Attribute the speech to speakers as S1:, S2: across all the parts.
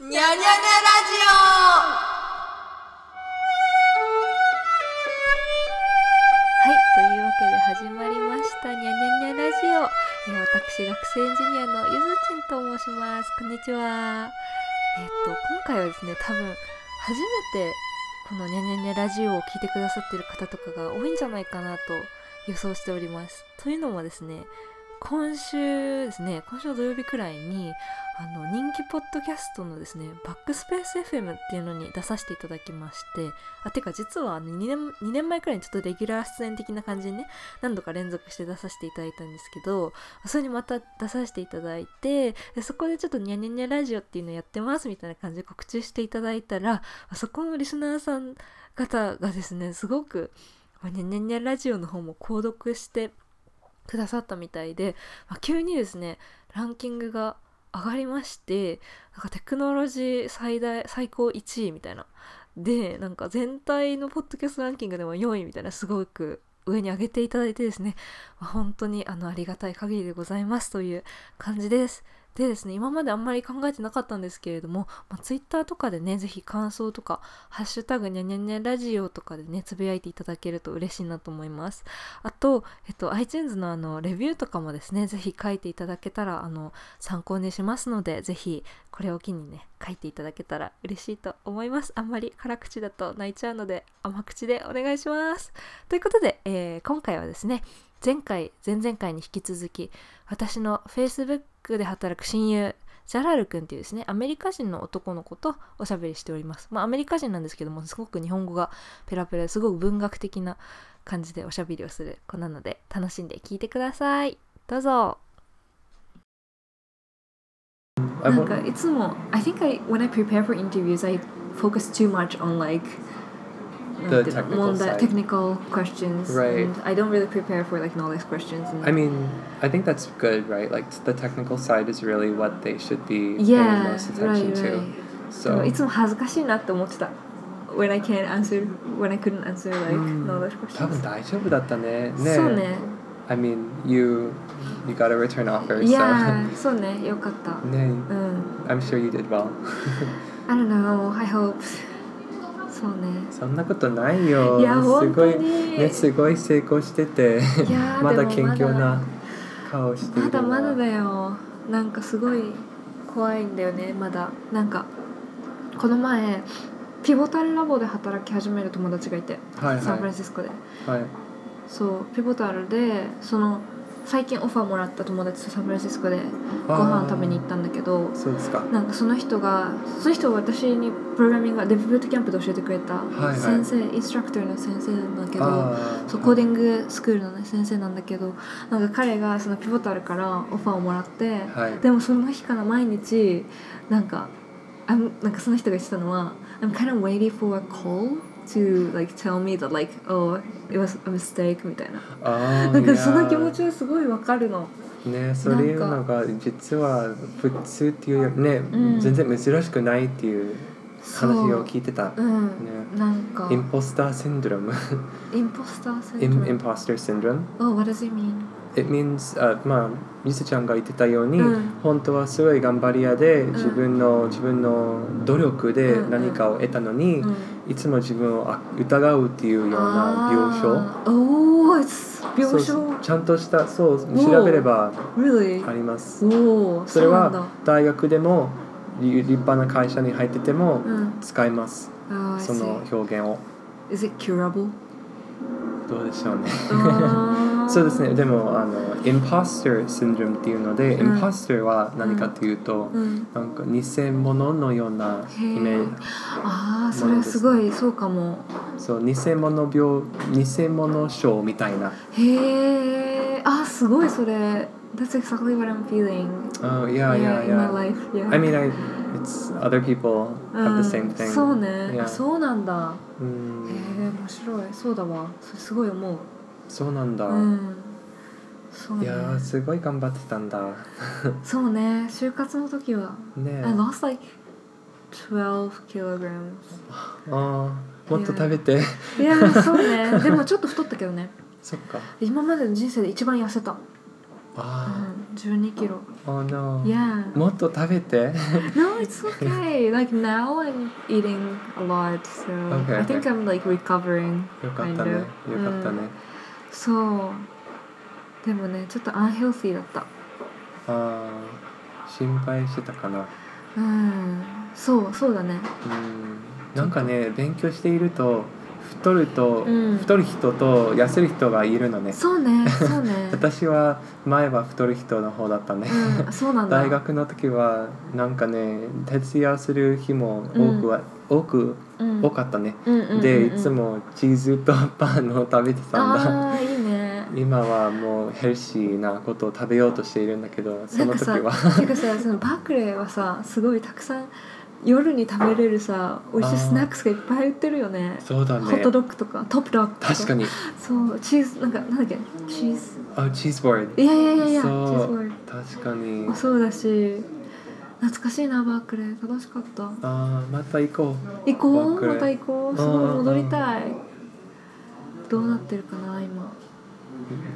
S1: にゃにゃにゃラ
S2: はい、というわけで始まりましたにゃにゃにゃラジオ。えー私学生エンジニアのゆずちんと申します。こんにちは。えーっと今回はですね、多分初めてこのにゃにゃにゃラジオを聞いてくださってる方とかが多いんじゃないかなと予想しております。というのもですね、今週ですね、今週土曜日くらいにあの人気ポッドキャストのですね、バックスペース FM っていうのに出させていただきまして、あてか実はあの2年 ,2 年前くらいにちょっとレギュラー出演的な感じにね何度か連続して出させていただいたんですけどそれにまた出させていただいてでそこでちょっと「にゃにゃにゃラジオ」っていうのやってますみたいな感じで告知していただいたらそこのリスナーさん方がですねすごく「まあにゃにゃにゃラジオ」の方も購読してくださったみたいで、まあ急にですねランキングが上がりましてなんかテクノロジー最大最高1位みたいなでなんか全体のポッドキャストランキングでも4位みたいなすごく上に上げていただいてですね、まあ本当にあのありがたい限りでございますという感じです。でですね、今まであんまり考えてなかったんですけれども、まあ、ツイッターとかでね、ぜひ感想とか、ハッシュタグにゃにゃにゃラジオとかでね、つぶやいていただけると嬉しいなと思います。あと、えっと、iTunes のあの、レビューとかもですね、ぜひ書いていただけたら、あの、参考にしますので、ぜひ、これを機にね、書いていただけたら嬉しいと思います。あんまり辛口だと泣いちゃうので、甘口でお願いします。ということで、えー今回はですね、前回、前々回に引き続き、私の Facebook で働く親友、ジャラル君っていうですね、アメリカ人の男の子とおしゃべりしております。まあ、アメリカ人なんですけども、すごく日本語がペラペラですごく文学的な感じでおしゃべりをする子なので、楽しんで聞いてください。どうぞ。
S3: I
S2: なん
S3: want,
S2: かいつも I think I when I prepare for interviews I focus too much on like なんていうの
S3: technical
S2: 問題
S3: side.
S2: technical questions
S3: Right.
S2: and I don't really prepare for like knowledge questions and
S3: I mean, I think that's good, right? Like the technical side is really what they should be paying
S2: yeah
S3: most
S2: right
S3: attention
S2: right
S3: to.
S2: でも
S3: So
S2: いつも恥ずかしいなって思ってた when I can't answer when I couldn't answer like
S3: うん
S2: knowledge
S3: 多分
S2: questions
S3: 大丈夫だったね。ね。
S2: そうね。
S3: I mean, you you got a return offer,
S2: yeah そうねよかった
S3: so ね。
S2: うん
S3: I'm sure you did well.
S2: I don't know I hope そうね
S3: そんなことない よ。
S2: いや
S3: す
S2: 本
S3: ご
S2: 当
S3: い
S2: に
S3: ね、すごい成功し てて、
S2: いやー
S3: まだ
S2: で
S3: 謙
S2: も
S3: 虚な顔してい
S2: ま
S3: る
S2: だ
S3: わ
S2: まだだよなんかすごい怖いんだよねまだなんかこの前ピボタルラボで働き始める友達がいて、
S3: はい
S2: サンフラン
S3: は
S2: シスコで
S3: いはい。
S2: そうピボタルでその最近オファーもらった友達とサンフランシスコでご
S3: あー
S2: 飯食べに行ったんだけど
S3: そうですか。
S2: なんかその人がその人が私にプログラミングデブブートキャンプで教えてくれた
S3: はいはい
S2: 先生、インストラクターの先生なんだけど
S3: あー
S2: そうコーディングスクールの、ね、先生なんだけどなんか彼がそのピボタルからオファーをもらって、
S3: はい。
S2: でもその日から毎日なんか I'm- なんかその人が言ってたのは「I'm kind of waiting for a call to like tell me that like oh it was a mistake」みたいな
S3: あー
S2: なんかそ
S3: いや
S2: の
S3: ー
S2: 気持ちがすごいわかるの
S3: ねそれいうのが実は普通っていうよりね、
S2: ん
S3: 全然珍しくないっていう
S2: そう
S3: 話を聞いてた、
S2: うん、
S3: ね
S2: なんか
S3: インポスターシン ドローム
S2: インポスターセ
S3: イ
S2: ン
S3: ン
S2: ト
S3: imposter syndrome
S2: お what does it mean?
S3: it means、uh, まあゆずちゃんが言ってたように、
S2: うん
S3: 本当はすごい頑張り屋で
S2: ん
S3: 自分の、自分の努力で
S2: うんうん
S3: 何かを得たのに、
S2: うん
S3: いつも自分をあ疑うっていうような病床
S2: あーおお、it's 病
S3: そ
S2: 床
S3: うそうちゃんとしたそう
S2: お
S3: 調べれば
S2: really
S3: あります
S2: おお、
S3: それ
S2: うなん
S3: は
S2: だ
S3: 大学でもり立派な会社に入ってても
S2: うん、
S3: 使います、
S2: ああ、
S3: その表現を
S2: Is it curable?
S3: どうでしょうね
S2: あー
S3: そうですね。でもあのインパスターシンドロームっていうので、
S2: うん
S3: インパスターは何かというと、
S2: うん。
S3: なんか偽物のようなイ
S2: へえ
S3: メージ
S2: ああ、それすごいそうかも。
S3: そう偽物病偽物症みたいな
S2: へえ、あーすごいそれ。That's exactly what I'm feeling.
S3: oh yeah yeah
S2: in my
S3: yeah
S2: life. Yeah.
S3: I mean I it's other people
S2: う
S3: have
S2: ん
S3: the same thing
S2: そうね。
S3: Yeah
S2: あそうなんだ。
S3: う
S2: へえ、
S3: ん
S2: 面白い。そうだわ。それすごい思う。
S3: そうなんだ、
S2: うん。そう
S3: い
S2: ね。
S3: やーすごい頑張ってたんだ
S2: そうね。就活の時は、
S3: ね
S2: I lost like 12 kilograms.
S3: ああもっと食べて
S2: い や、そうね。でもちょっと太ったけどね。
S3: そっか
S2: 今までの人生で一番痩せた。
S3: あ Wow.
S2: 12キロ
S3: Oh no.
S2: Yeah
S3: もっと食べて。
S2: No, it's okay. like now I'm eating a lot, so
S3: Okay,
S2: I think
S3: okay.
S2: I'm like recovering.
S3: よかったね。よかったね。
S2: そう。でもね、ちょっとアンヘルシーだった。
S3: ああ、心配してたかな。
S2: うん。そう、そうだね。
S3: うん。なんかね、勉強していると太ると、
S2: うん
S3: 太る人と痩せる人がいるのね。。
S2: そうね、そうね
S3: 私は前は太る人の方だったね。
S2: うん、そうなんだ。
S3: 大学の時はなんかね徹夜する日も多くは、多く
S2: うん、
S3: 多かったね、
S2: うんうんうんうん
S3: でいつもチーズとパンを食べてたんだ
S2: ああ、いいね。
S3: 今はもうヘルシーなことを食べようとしているんだけどそ
S2: なん
S3: の
S2: か
S3: 時
S2: さ、
S3: は
S2: てかさ、そのバークレーはさ、すごいたくさん夜に食べれるさ、美味しいスナックスがいっぱい売ってるよね。
S3: そうだ
S2: ホット
S3: ね
S2: ドッグとか、トップドッグとか。
S3: 確かに
S2: そう、チーズ、なんか、なんだっけ、チーズ。
S3: あチーズボー
S2: いやいやいやいや、チ
S3: そう
S2: ーズボール
S3: 確かに
S2: もそうだし、懐かしいな、バークレー。楽しかった。
S3: あーまた行こう
S2: 行こ
S3: バー
S2: う、
S3: クレー
S2: また行こう。すごい戻りたい。どうなってるかな、今。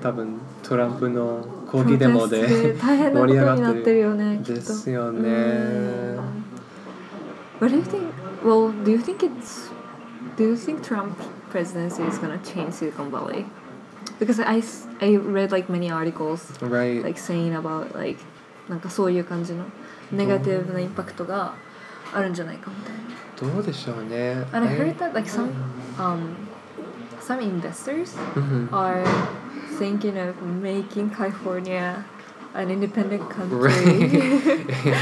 S3: 多分トランプの抗議デモ
S2: プロテスト
S3: で
S2: 大変なことになってるよね、きっと。
S3: ですよね
S2: うん What do you think? Well, do you think it's. Do you think Trump presidency is gonna change Silicon Valley? Because I, s- I read like many articles
S3: right
S2: like saying about like なんかそういう感じのネガティブなインパクトがあるんじゃないかみたいな。
S3: どうでしょうね
S2: And I heard that like some um some investors
S3: うん、
S2: are thinking of making California an independent country.
S3: Right. いや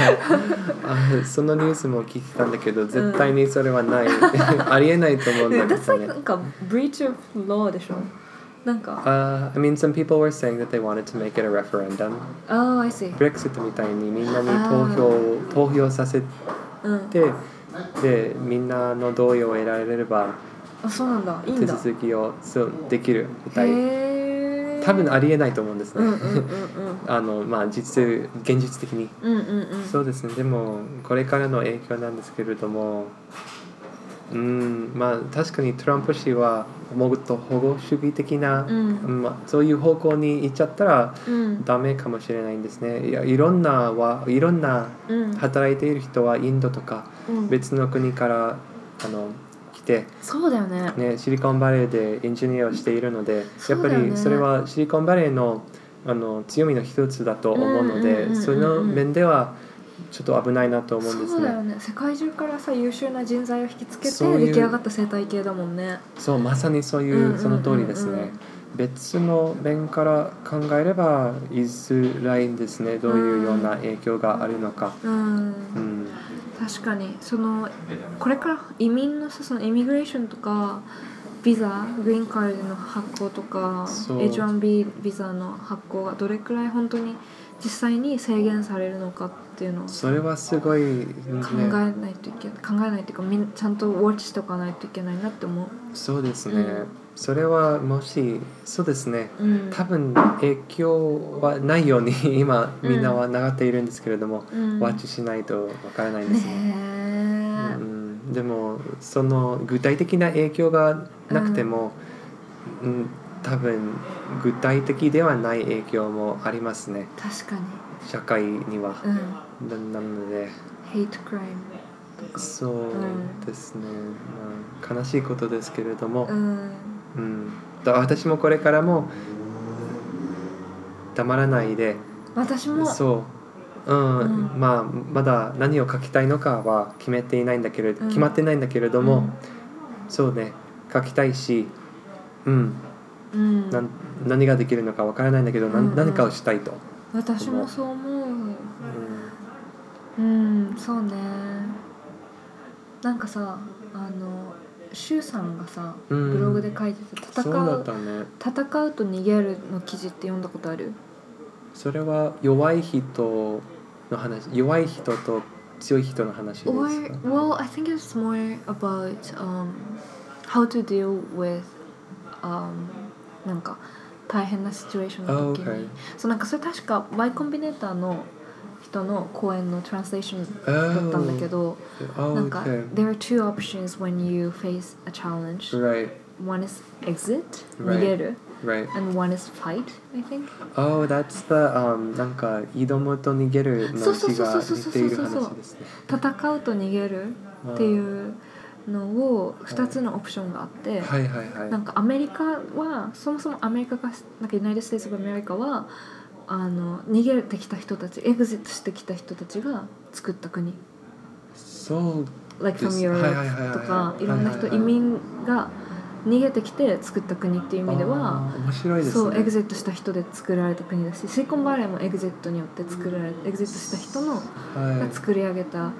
S3: あそのニュースも聞いてたんだけど絶対にそれ はない、ありえないと思うんだけ
S2: That's
S3: ど
S2: like
S3: ね
S2: なんか breach of law でしょ。なんか
S3: Uh, I mean, some people were saying that they wanted to make it a referendum.
S2: Oh, I see.
S3: Brexit みたいにみんなに投
S2: あー
S3: 票を投票させ
S2: うん。
S3: てでみんなの同意を得られれば
S2: あ、そうなんだ。いいん
S3: 手
S2: だ。
S3: 続きをそうできるみたい
S2: へえ。
S3: 多分ありえないと思うんです
S2: う
S3: ね、
S2: んうんうんうん。
S3: あのまあ実現実的に
S2: うんうんうん。
S3: そうですねでもこれからの影響なんですけれどもうんまあ確かにトランプ氏はもっと保護主義的な、
S2: うん
S3: まあ、そういう方向に行っちゃったら
S2: うん。
S3: ダメかもしれないんですねいやいろんなはいろんな
S2: うん。
S3: 働いている人はインドとか
S2: うん
S3: 別の国からあの来て、
S2: そうだよね。
S3: ね、シリコンバレーでエンジニアをしているので、
S2: そ
S3: やっ
S2: う
S3: ぱ
S2: だよね
S3: りそれはシリコンバレーのあの強みの一つだと思うの
S2: うんうんう
S3: で、
S2: んうんうん
S3: その面ではちょっと危ないなと思うんです
S2: そう
S3: ね
S2: だよね。世界中からさ優秀な人材を引きつけて
S3: そういう
S2: 出来上がった生態系だもんね。
S3: そうまさにそう
S2: うんうんうん
S3: いううんその通りですね、別の面から考えれば言いづらいんですねどういうような影響があるのか、
S2: う。
S3: うんん、
S2: 確かにそのこれから移民のさそのイミグレーションとか。ビザグリーンカードの発行とか
S3: そう
S2: H1B ビザの発行がどれくらい本当に実際に制限されるのかっていうのを考
S3: それはすごいね
S2: えないといけない、考えないっていうかみんちゃんとウォッチしておかないといけないなって思
S3: そうですね、
S2: うん
S3: それはもしそうですね
S2: う、うん、
S3: 多分影響はないように 今みんなは習っているんですけれども、
S2: うん
S3: ワッチしないとわからないですね
S2: ねえ
S3: うん、でもその具体的な影響がなくても、うん多分具体的ではない影響もありますね
S2: 確かに
S3: 社会には、
S2: うん
S3: ななので
S2: hate crime
S3: そうですね、まあ、悲しいことですけれども、
S2: うん
S3: うん、だ私もこれからも黙らないで
S2: 私も
S3: そう、うん
S2: うん
S3: まあまだ何を書きたいのかは決めていないんだけれど、
S2: うん
S3: 決まってないんだけれども、そうね書きたいし、うん、
S2: うん、
S3: なん何ができるのかわからないんだけど、な
S2: うん
S3: ん
S2: うん
S3: 何かをしたいと、
S2: 私もそう思うう
S3: う
S2: んそうねなんかさあの柊さんがさ
S3: うん
S2: ブログで書いてて
S3: ん、
S2: 戦
S3: そう
S2: う
S3: だったね
S2: 戦うと逃げる」の記事って読んだことある
S3: それは弱い人の話弱い人と強い人の話で
S2: Or,
S3: すか
S2: well, I think it's more about um, how to deal with um, なんか大変なシチュエーションの時に、
S3: Oh, okay.
S2: そうなんかそれ確か Y コンビネーターの人の講演のトランスレーションだったんだけど、
S3: Oh,
S2: なんか
S3: okay.
S2: there are two options when you face a challenge、
S3: Right.
S2: one is exit,
S3: Right.
S2: 逃げる
S3: right.
S2: and one is fight, I think.
S3: Oh, that's the um なんか井戸もと逃げるの
S2: そうそう
S3: 字
S2: そ
S3: が
S2: うそう
S3: 似ている話ですね。
S2: 戦うと逃げるっていうのを2つのオプションがあって、
S3: はいはい
S2: な
S3: は
S2: んかアメリカはそもそもアメリカがなんか United States of America はあの逃げてきた人たちエグジットしてきた人たちが作った国
S3: い。そう
S2: Like
S3: で
S2: from
S3: す。はいはいはい
S2: Europe とか
S3: はい。
S2: いろんな人移民が逃げてきて作った国っていう意味では
S3: あー面白いですね。
S2: そうエグゼットした人で作られた国だしシリコンバレーもエグゼットによって作られエグゼットした人のが
S3: は
S2: 作り上げた
S3: いは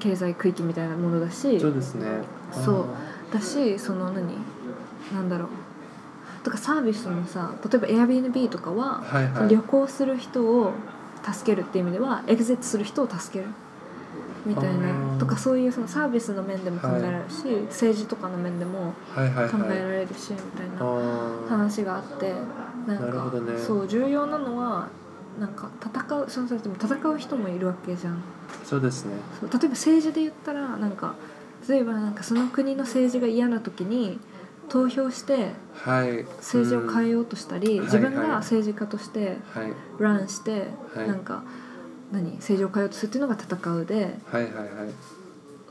S2: 経済区域みたいなものだし
S3: い。そうですね。
S2: そうだしその何なんだろうとかサービスもさ例えば Airbnb とか
S3: あー
S2: は、
S3: はいはい。
S2: 旅行する人を助けるっていう意味ではエグゼットする人を助けるみたい
S3: あ
S2: な
S3: ー
S2: とかそういうそのサービスの面でも考えられるし、政治とかの面でも
S3: はいはい
S2: 考えら
S3: はい。
S2: れるしみたいな。
S3: あ
S2: 話があってなんか
S3: なるほどね
S2: そう重要なのはなんか戦うそのでも戦う人もいるわけじゃん
S3: あ、そうですね。
S2: そう例えば政治で言ったらなんか例えばなんかその国の政治が嫌な時に投票して
S3: はい。
S2: 政治を変え
S3: よ
S2: ようとしたり、
S3: うん
S2: 自分
S3: はいは
S2: が
S3: い
S2: 政治家として
S3: うん。はい
S2: ランして、
S3: はい
S2: なんか何政治を変えようとするっていうのが戦うで
S3: はいはいはい。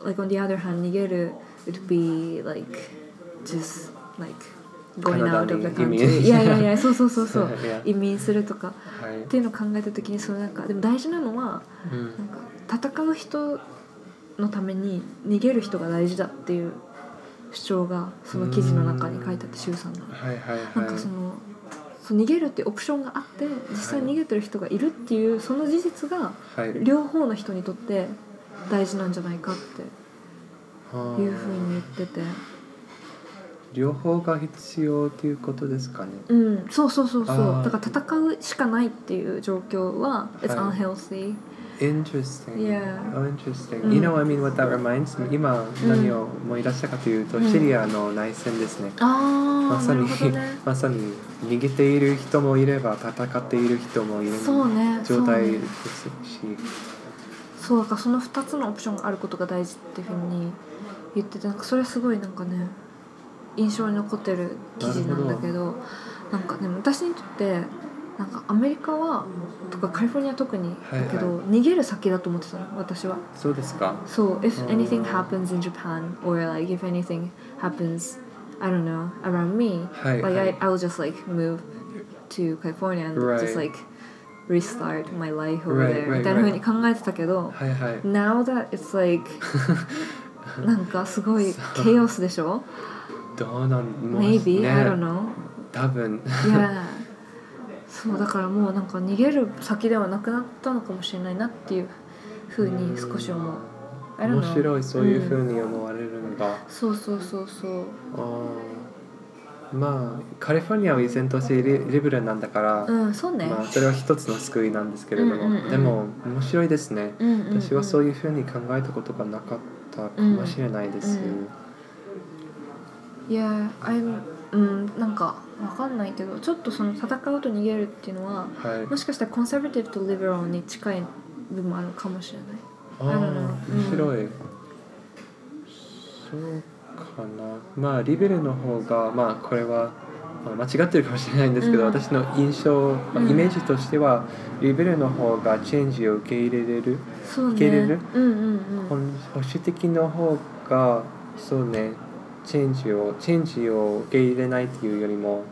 S2: like on the other hand 逃げる would be like just like going
S3: カナ
S2: out
S3: ダ
S2: of
S3: に
S2: the
S3: 移
S2: country
S3: 民
S2: いやいやい やそうそうそうそう
S3: いや
S2: 移民するとか
S3: はい。
S2: っていうのを考えた時にそのなんかでも大事なのは
S3: う
S2: なん
S3: ん。
S2: か戦う人のために逃げる人が大事だっていう主張がその記事の中に書いてあって周さんの。
S3: はいはい
S2: なん
S3: は
S2: か
S3: い。
S2: そのそう逃げるっていうオプションがあって実際逃げてる人がいるっていうその事実が
S3: はい。
S2: 両方の人にとって大事なんじゃないかって
S3: はい
S2: いうふうに言ってて
S3: 両方が必要ということですかね。
S2: うんそうそうそうそ
S3: あー
S2: うだから戦うしかないっていう状況は「It's
S3: はい
S2: unhealthy」
S3: Interesting.
S2: Yeah.
S3: Oh, interesting.
S2: うん
S3: You know, I mean, what that reminds me. 今、何を思い出したかというと、
S2: うん
S3: シリアの内戦ですね。
S2: あ
S3: ま
S2: あ
S3: さ
S2: なる
S3: に、
S2: ほどね
S3: まさに逃げている人もいれば、戦っている人もいる
S2: そうね
S3: 状
S2: そ
S3: 態
S2: う
S3: で
S2: ね
S3: すし。
S2: そうだからその2つのオプションがあることが大事っていうふうに言っててなんかそれすごいなんかね印象に残ってる記事なんだけどなんかね私にとってなんかアメリカはとかカリフォルニア特にだけど、
S3: は
S2: 逃げる先だと思ってたの私は。
S3: そうですか。
S2: そう、if
S3: うん
S2: anything happens in Japan or like if anything happens, I don't know, around me,
S3: はい、
S2: like
S3: はい
S2: I, I will just like move to California and
S3: Right.
S2: just like restart my life over
S3: Right,
S2: there
S3: right,
S2: みたいな風に考えてたけど、
S3: はいはい。
S2: now that it's like なんかすごいケイオスでしょ
S3: どうなんもう
S2: Maybe、
S3: ね
S2: I don't know
S3: 多分
S2: yeah そうだからもうなんか逃げる先ではなくなったのかもしれないなっていう風に少し思う I don't know
S3: 面白いそういうふ
S2: ん
S3: うに思われるのが、
S2: そうそうそうそう
S3: あーまあカリフォルニアは依然としてリリベラルなんだから、
S2: うんそうね、
S3: まあ、それは一つの救いなんですけれど
S2: うんう
S3: も、
S2: んうん
S3: でも面白いですね、
S2: うんうんうん、
S3: 私はそうういうふうに考えたことがなかったかもしれないです、
S2: うんいや I'm うんなんかわかんないけどちょっとその戦うと逃げるっていうのは
S3: はい
S2: もしかしたらコンサバティブとリベラルに近い部分もあるかもしれない
S3: あ
S2: あ
S3: あ
S2: のうん
S3: 面白い、そうかなまあリベルの方がまあこれはまあ間違ってるかもしれないんですけど、
S2: うん
S3: 私の印象、まあ
S2: うん
S3: イメージとしてはリベルの方がチェンジを受け入れれる、
S2: そうね
S3: いけれる
S2: うんうんうん
S3: 本保守的の方がそうねチェンジをチェンジを受け入れないっていうよりも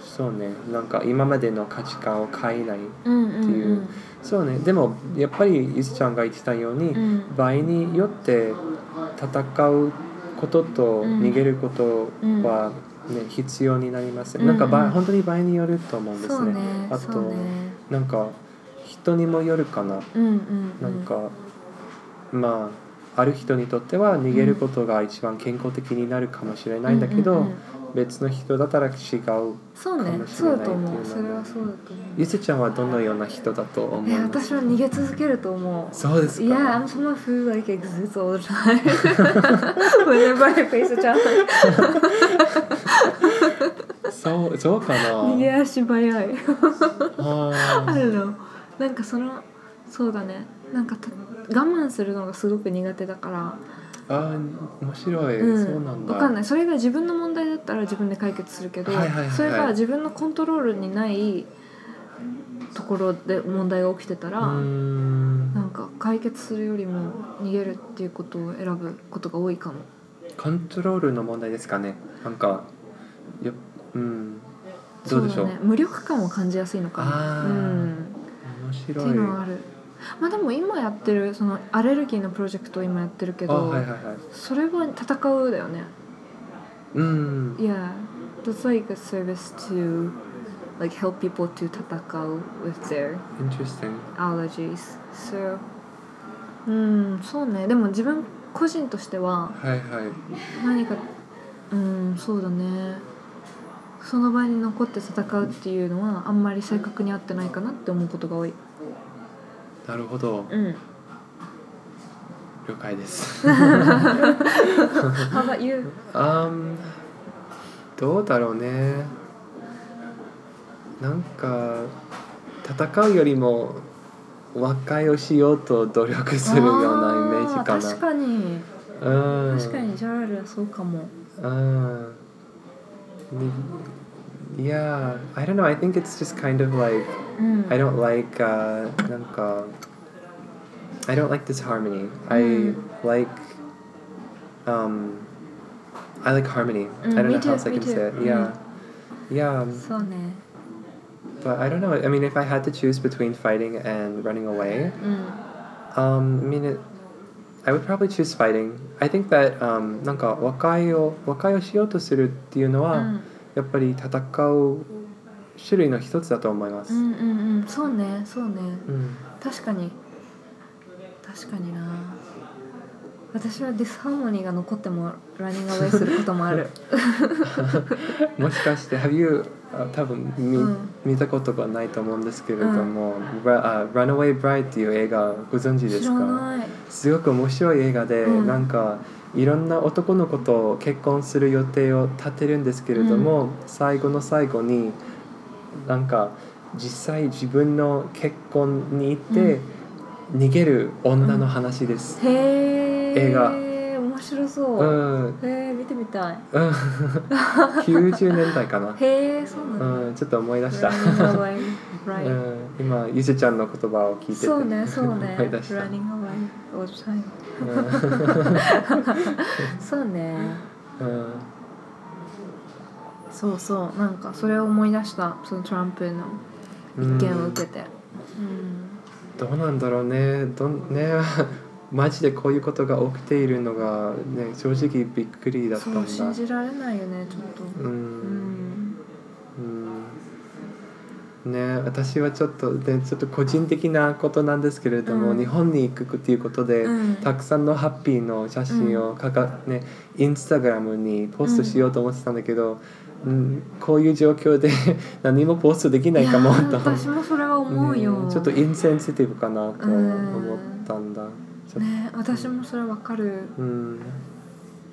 S3: そうねなんか今までの価値観を変えない
S2: うんうん
S3: っていうそうねでもやっぱりゆずちゃんが言ってたように、
S2: うんうん
S3: 場合によって戦うことと
S2: うん
S3: 逃げることは、ね必要になります、なんか
S2: うん
S3: 場
S2: うん
S3: 合本当に場合によると思うんで
S2: そ
S3: す
S2: う
S3: ね
S2: ね
S3: あ
S2: そ
S3: と
S2: うね
S3: なんか人にもよるかな
S2: うんうん
S3: なんか、まあある人にとっては逃げることが一番健康的になるかもしれないんだけど、
S2: うんうんうん
S3: 別の人だったら違う
S2: そう
S3: か
S2: ね
S3: もし
S2: そ
S3: れ
S2: う
S3: ない
S2: だと
S3: っていうの
S2: 思
S3: は
S2: うそれはそうだと思う
S3: ゆずちゃんはどのような人だと思
S2: い
S3: い
S2: や
S3: ます
S2: 私は逃げ続けると思う
S3: そうですか
S2: Yeah, I'm someone who like exists all the time. Whenever I face a challenge,
S3: そうそうかな
S2: 逃げ足早い。
S3: あ
S2: あ
S3: ー
S2: るの。なんかそのそうだね。なんかた我慢するのがすごく苦手だから、
S3: あー面白い、
S2: うん、
S3: そうなんだ
S2: わかん
S3: い
S2: ないそれが自分の問題だったら自分で解決するけど、
S3: はいはいはいはい
S2: それが自分のコントロールにないところで問題が起きてたら、
S3: ん
S2: なんか解決するよりも逃げるっていうことを選ぶことが多いかも
S3: コントロールの問題ですかねなんかようんどうでしょう
S2: そだね、無力感を感じやすいのか
S3: あ
S2: な、
S3: ー
S2: うん、
S3: 面
S2: って
S3: 白
S2: いうのはいあるまあでも今やってるそのアレルギーのプロジェクトを今やってるけ
S3: あ
S2: ど、
S3: はいはいはい
S2: それは戦うだよね
S3: うん
S2: Yeah, that's like a service to like help people to 戦う with their
S3: interesting
S2: allergies. So, うん、そうね。でも自分個人としては
S3: はいはい
S2: 何か、うん、そうだね。その場に残って戦うっていうのはあんまり正確に合ってないかなって思うことが多い。
S3: なるほど
S2: うん。
S3: 了解です
S2: How about you?
S3: あんどうだろうねなんか戦うよりも和解をしようと努力するようなイメージか
S2: あ
S3: な
S2: 確かに。
S3: うん
S2: 確かにジャラルはそうかも。
S3: Uh, yeah, I don't know. I think it's just kind of like
S2: うん。
S3: I don't like uh, なんか I don't like this harmony. I
S2: Mm.
S3: like um I like harmony.
S2: Mm,
S3: I don't
S2: me
S3: know
S2: too,
S3: how else I
S2: me
S3: can
S2: too. Mm-hmm.
S3: say it. Yeah. Yeah, um,
S2: そうね。
S3: but I don't know. I mean, if I had to choose between fighting and running away,
S2: うん。
S3: um, I mean, it, I would probably choose fighting. I think that um, なんか和解を和解をしようとするっていうのは、
S2: うん
S3: やっぱり戦う種類の一つだと思いま
S2: う
S3: す。
S2: んうんうんそうねそうね
S3: うん
S2: 確かに確かにな私はディスハーモニーが残ってもランニングアウェイすることもある
S3: もしかして Have you あ多分見,、
S2: うん
S3: 見たことがないと思うんですけれども「Ra- あ Runaway Bride」っていう映画ご存知で
S2: 知
S3: す
S2: ら
S3: か
S2: ない
S3: すごく面白い映画で、
S2: うん
S3: なんかいろんな男の子と結婚する予定を立てるんですけれども、最後の最後になんか実際自分の結婚に行って、逃げる女の話です。
S2: へえ
S3: 映画
S2: 面白
S3: う
S2: そう、
S3: ん
S2: へえ見てみたい
S3: うん90年代かな、
S2: へえそうなんだ、
S3: うん、ちょっと思い出した、
S2: ランニングアウェイ
S3: う
S2: right、
S3: ん、今ゆずちゃんの言葉を聞いてて
S2: そう ねそうね
S3: 思い出した
S2: ランニングアウェイ all the time そうね
S3: うんうん
S2: そうそうなんかそれを思い出したそのトランプの意見を受けてうん
S3: どうなんだろうねどんね マジでこういうことが起きているのが、ね、正直びっくりだったんだ
S2: そう信じられないよねちょっと
S3: う、
S2: うんん
S3: うん、ね私はちょっとねちょっと個人的なことなんですけれども、
S2: うん
S3: 日本に行くっていうことで、
S2: うん
S3: たくさんのハッピーの写真をかか、ね、インスタグラムにポストしようと思ってたんだけど、うんこういう状況で 何もポストできないかも
S2: いやー
S3: と
S2: 私もそれは思うよ、
S3: ねちょっとインセンシティブかなと思ったんだ。ちょっと
S2: ね私もそれわかる
S3: うん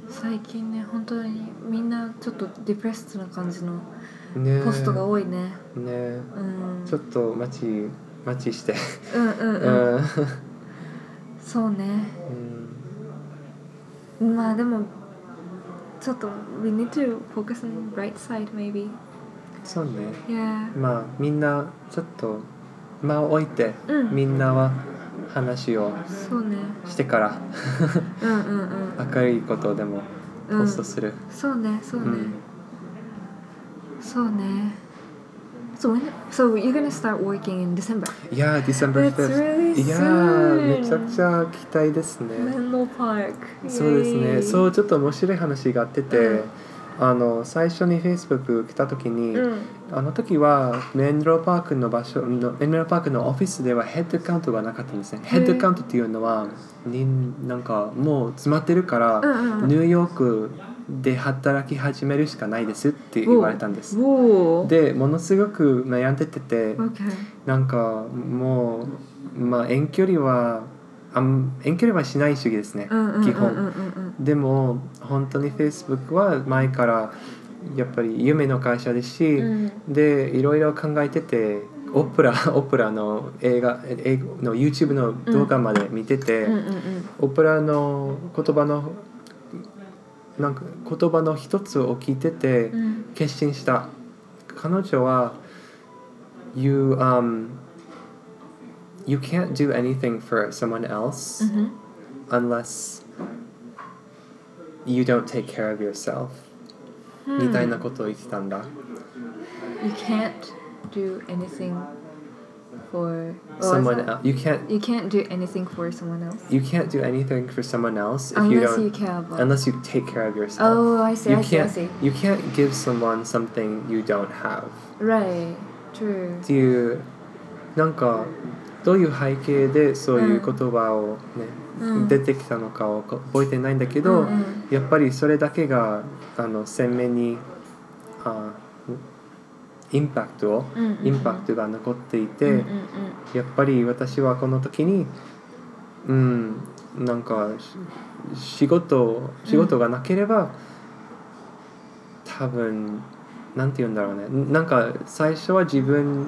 S2: 最近ね本当にみんなちょっとディプレッスな感じの
S3: ね
S2: ポストが多いね
S3: ね
S2: うん
S3: ちょっと待ち待ちして、
S2: うんうん
S3: う
S2: うん、
S3: ん
S2: そうね
S3: うん
S2: まあでもちょっと we need to focus on right side maybe
S3: そうね
S2: yeah
S3: まあみんなちょっと間を置いて、
S2: うん
S3: みんなは話を
S2: そうね
S3: してから
S2: うんうんうん
S3: 明るいことでも
S2: うん
S3: ポストする、
S2: そうねそう
S3: う
S2: ね、
S3: ん
S2: So ne. So when so you're gonna start working in December.
S3: いやー December
S2: That's really
S3: 5th いやー
S2: soon.
S3: めちゃくちゃ期待ですね
S2: Menlo Park.
S3: そうですね
S2: Yay.
S3: そうちょっと面白い話があってて、
S2: うん
S3: あの最初に Facebook 来た時に、
S2: うん。
S3: あの時はメンローパークの場所のメンローパークのオフィスではヘッドカウントがなかったんですねヘッドカウントっていうのは人なんかもう詰まってるから、
S2: うんうんうん
S3: ニューヨークで働き始めるしかないですって言われたんです、
S2: Whoa.
S3: でものすごく悩んでてて
S2: Okay.
S3: なんかもう、まあ、遠距離はあん遠距離はしない主義ですね、
S2: うんうんうん
S3: 基
S2: うん
S3: 本
S2: うん
S3: でも本当に Facebook は前からやっぱり夢の会社ですし、
S2: うん。
S3: でいろいろ考えててオプラ オプラの映画英語の YouTube の動画まで見てて、
S2: うんうん
S3: オプラの言葉のなんか言葉の一つを聞いてて
S2: うんうん
S3: 決心した彼女は you um you can't do anything for someone else
S2: うん Mm-hmm.
S3: unless you don't take care of yourself、
S2: うん
S3: みたいなことを言ってたんだ
S2: Oh, You can't do anything for oh,
S3: someone else you can't
S2: You can't do anything for someone else
S3: you can't do anything for someone else if you
S2: unless
S3: don't
S2: you care about.
S3: unless you take care of yourself
S2: oh, I see.
S3: you
S2: I see. I
S3: can't
S2: see.
S3: you can't give someone something you don't have
S2: Right. True.
S3: っていうなんかどういう背景でそういう言葉をね、
S2: うん
S3: 出てきたのかを覚えてないんだけ
S2: う
S3: ど、
S2: んうん
S3: やっぱりそれだけがあの鮮明にあインパクトを
S2: うんうん
S3: インパクトが残っていて、
S2: うんうんうん
S3: やっぱり私はこの時にうんなんかし仕事仕事がなければ、多分なんて言うんだろうねなんか最初は自分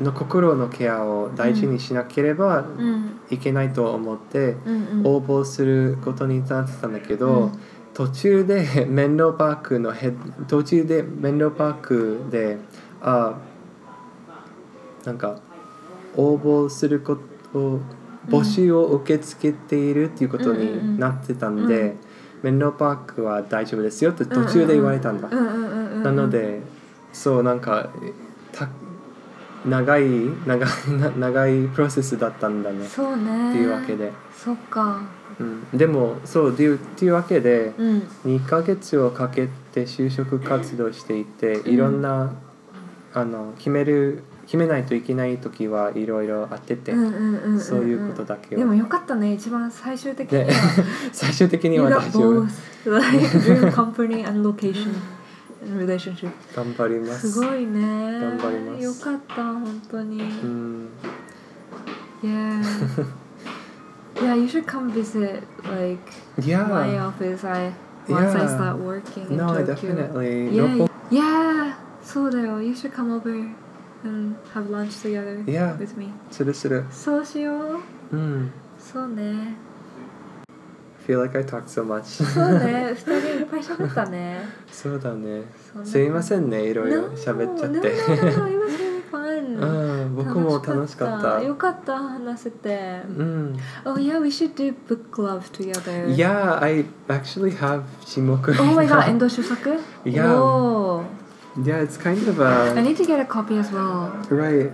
S3: の心のケアを大事にしなければ
S2: うん
S3: いけないと思って、
S2: うんうん
S3: 応募することになってたんだけ
S2: う
S3: ど、
S2: ん
S3: 途中で メンローパークのヘッ途中でメンローパークであなんか応募することを募集を受け付けているっていうことになってたん
S2: う
S3: で、
S2: んうんうん
S3: メンローパークは大丈夫ですよって途中で言われたんだ。
S2: うんうんうんうんうん
S3: なのでそうなんかた長い長い な長いプロセスだったんだねっ
S2: そうね
S3: ていうわけで。
S2: そっか
S3: うん、でもそうっていうっていうわけで
S2: うん
S3: 2ヶ月をかけて就職活動していて
S2: ん
S3: いろんなあの決める決めないといけない時はいろいろあってて、
S2: うんうんうんうんん
S3: そういうことだけ
S2: でも
S3: を。
S2: よかったね一番最終的に
S3: で
S2: は
S3: 最終的に
S2: You
S3: は
S2: got
S3: 大丈夫
S2: both like dream company and location and relationship
S3: 頑張りますす。
S2: ごいね
S3: 頑張ります
S2: よかった本当に
S3: うん、
S2: Yeah Yeah you should come visit like
S3: いや
S2: my
S3: ー
S2: office I once I
S3: Yeah.
S2: start working in
S3: No,
S2: Tokyo
S3: definitely.
S2: Yeah
S3: ロ
S2: Yeah そうだよ You should come over and have lunch together
S3: コ、いや
S2: with me
S3: するする。
S2: そうしよう
S3: うん。
S2: そうね
S3: feel like I talk so much.
S2: そうね二人いっぱい喋ったね
S3: そうだね。
S2: そんな
S3: すいません ね、いろいろ喋っちゃっ
S2: No, no, no, no,
S3: て。
S2: it was really fun.
S3: うん、僕も楽しかった。
S2: よかった話せて。
S3: うん。
S2: Oh yeah, we should do book club together.
S3: Yeah, I actually have Shimoku.
S2: Oh my
S3: right
S2: god, 遠藤周作
S3: Yeah.
S2: Oh,
S3: now. Yeah, it's kind of
S2: I
S3: a
S2: need to get a copy as well.
S3: right.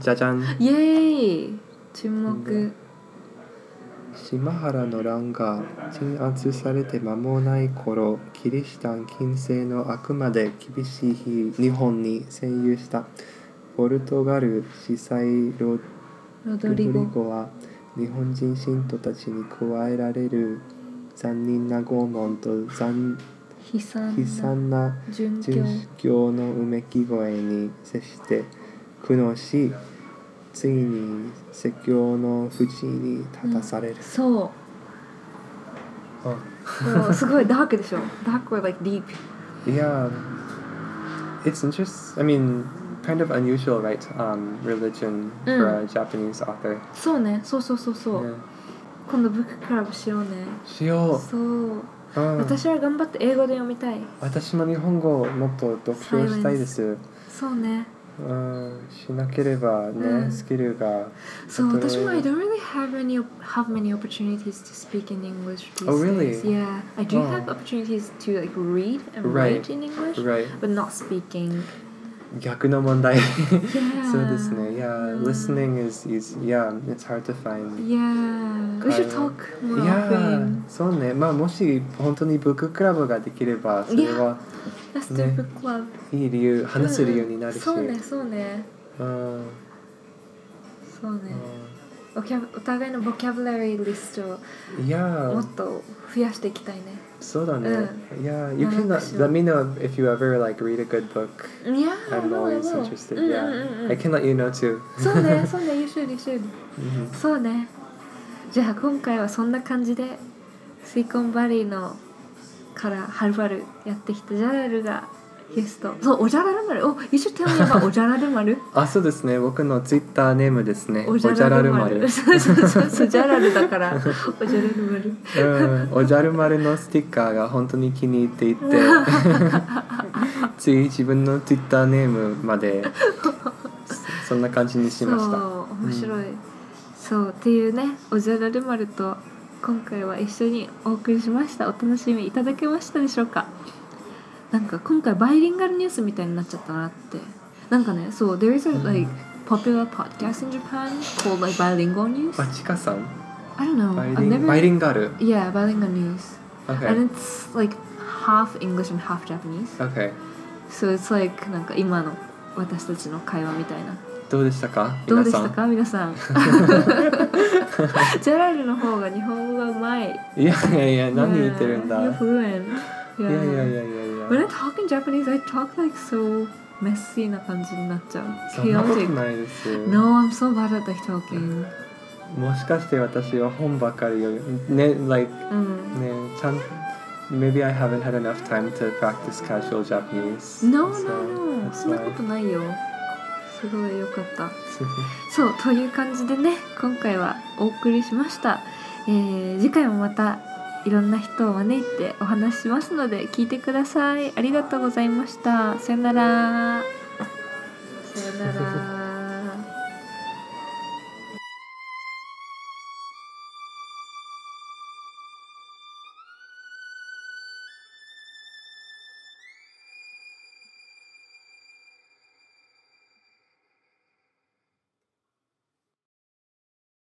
S3: Jajan.
S2: Yay! 注目。
S3: 島原の乱が鎮圧されて間もない頃キリシタン近世のあくまで厳しい日本に占有したポルトガル司祭ロ
S2: ロド
S3: ロド
S2: リ
S3: リ
S2: ゴ。
S3: ゴは日本人信徒たちに加えられる残忍な拷問と残
S2: 悲惨
S3: 悲
S2: な
S3: 惨な
S2: 殉
S3: 殉
S2: 教。
S3: 教のうめき声に接して苦悩しついに説教の不地に立たされる、
S2: そう。そうすごいダークでしょ。ダークは like deep.
S3: Yeah. It's interesting. I mean, kind of unusual, right? Um, religion for a Japanese author.
S2: そうね。そうそうそうそう。
S3: Yeah.
S2: 今度ブッククラブしようね。
S3: しよう。
S2: そう。
S3: うん。
S2: 私は頑張って英語で読みたい。
S3: 私も日本語をもっと読書したいです。
S2: そうね。
S3: うん。しなければね、
S2: うん。
S3: スキルが。
S2: そう
S3: 例えば
S2: 私も I don't really have any have many opportunities to speak in English. These
S3: Oh, really?
S2: days. Yeah, I do
S3: Oh.
S2: have opportunities to like read and
S3: Right.
S2: write in English,
S3: Right.
S2: but not speaking.
S3: 逆の問題。
S2: Yeah.
S3: そうですね。Yeah,
S2: うん。
S3: listening is easy. Yeah, it's hard to find.
S2: Yeah, we should
S3: 会話。
S2: talk more
S3: いや
S2: often.
S3: ーそうねまあもし本当にブッククラブができればそれは
S2: Let's do
S3: ね。
S2: book club.
S3: いい理由話せるようになるし、
S2: そうね、そうね、
S3: うん
S2: そうね。おきゃお互いのボキャブラリーリストを
S3: いや
S2: も
S3: ー
S2: っと増やしていきたいね。
S3: そうだね、
S2: う
S3: いやー you can
S2: なんかしよう
S3: let me know if you ever like read a good book
S2: Yeah,
S3: I'm
S2: no, I
S3: always
S2: will.
S3: interested
S2: うん
S3: yeah、
S2: うんうんうん
S3: I can let you know too
S2: そうね、そうね、you should, you should.
S3: うん
S2: そうねじゃあ今回はそんな感じでシリコンバレーのからはるばるやってきたジャラルがイエスとそうおじゃられ丸お you should tell me about おじゃられ丸
S3: あそうですね僕のツイッターネームですね
S2: おじゃられ丸
S3: おじ
S2: そうそうそうそうじゃられだからおじゃられ丸
S3: ゃらる丸うんおじゃる丸のステッカーが本当に気に入って いてつい自分のツイッターネームまでそんな感じにしました
S2: そう面白い、そうっていうねおじゃられ丸と今回は一緒にお送りしましたお楽しみいただけましたでしょうかなんか今回バイリンガルニュースみたいになっちゃったなってなんかねそう there is a like popular podcast in Japan called like bilingual news
S3: あちかさん
S2: I don't know
S3: バイ
S2: I've
S3: リン
S2: never
S3: バイリンガル
S2: yeah bilingual news and
S3: OK
S2: it's like half English and half Japanese
S3: OK
S2: so it's like なんか今の私たちの会話みたいな
S3: どうでしたか
S2: どう
S3: 皆
S2: でし
S3: さ
S2: た
S3: ん
S2: か皆さん ジェラルの方が日本語がうまい
S3: いやいやいや何言ってるんだ
S2: You're
S3: い
S2: fluent
S3: やいやいやいや
S2: When
S3: い
S2: I
S3: や
S2: talk in Japanese I talk like so messy な感じになっちゃう
S3: そんなこと
S2: Chaotic
S3: ないですよ
S2: No I'm so bad at like talking
S3: もしかして私は本ばかりよりね like
S2: うん
S3: ねちゃん Maybe I haven't had enough time to practice casual Japanese.
S2: No
S3: So,
S2: no no
S3: that's
S2: そんなこと
S3: why.
S2: ないよすごいよかった そうという感じでね今回はお送りしました、えー次回もまたいろんな人を招いてお話ししますので聞いてくださいありがとうございましたさよならさよなら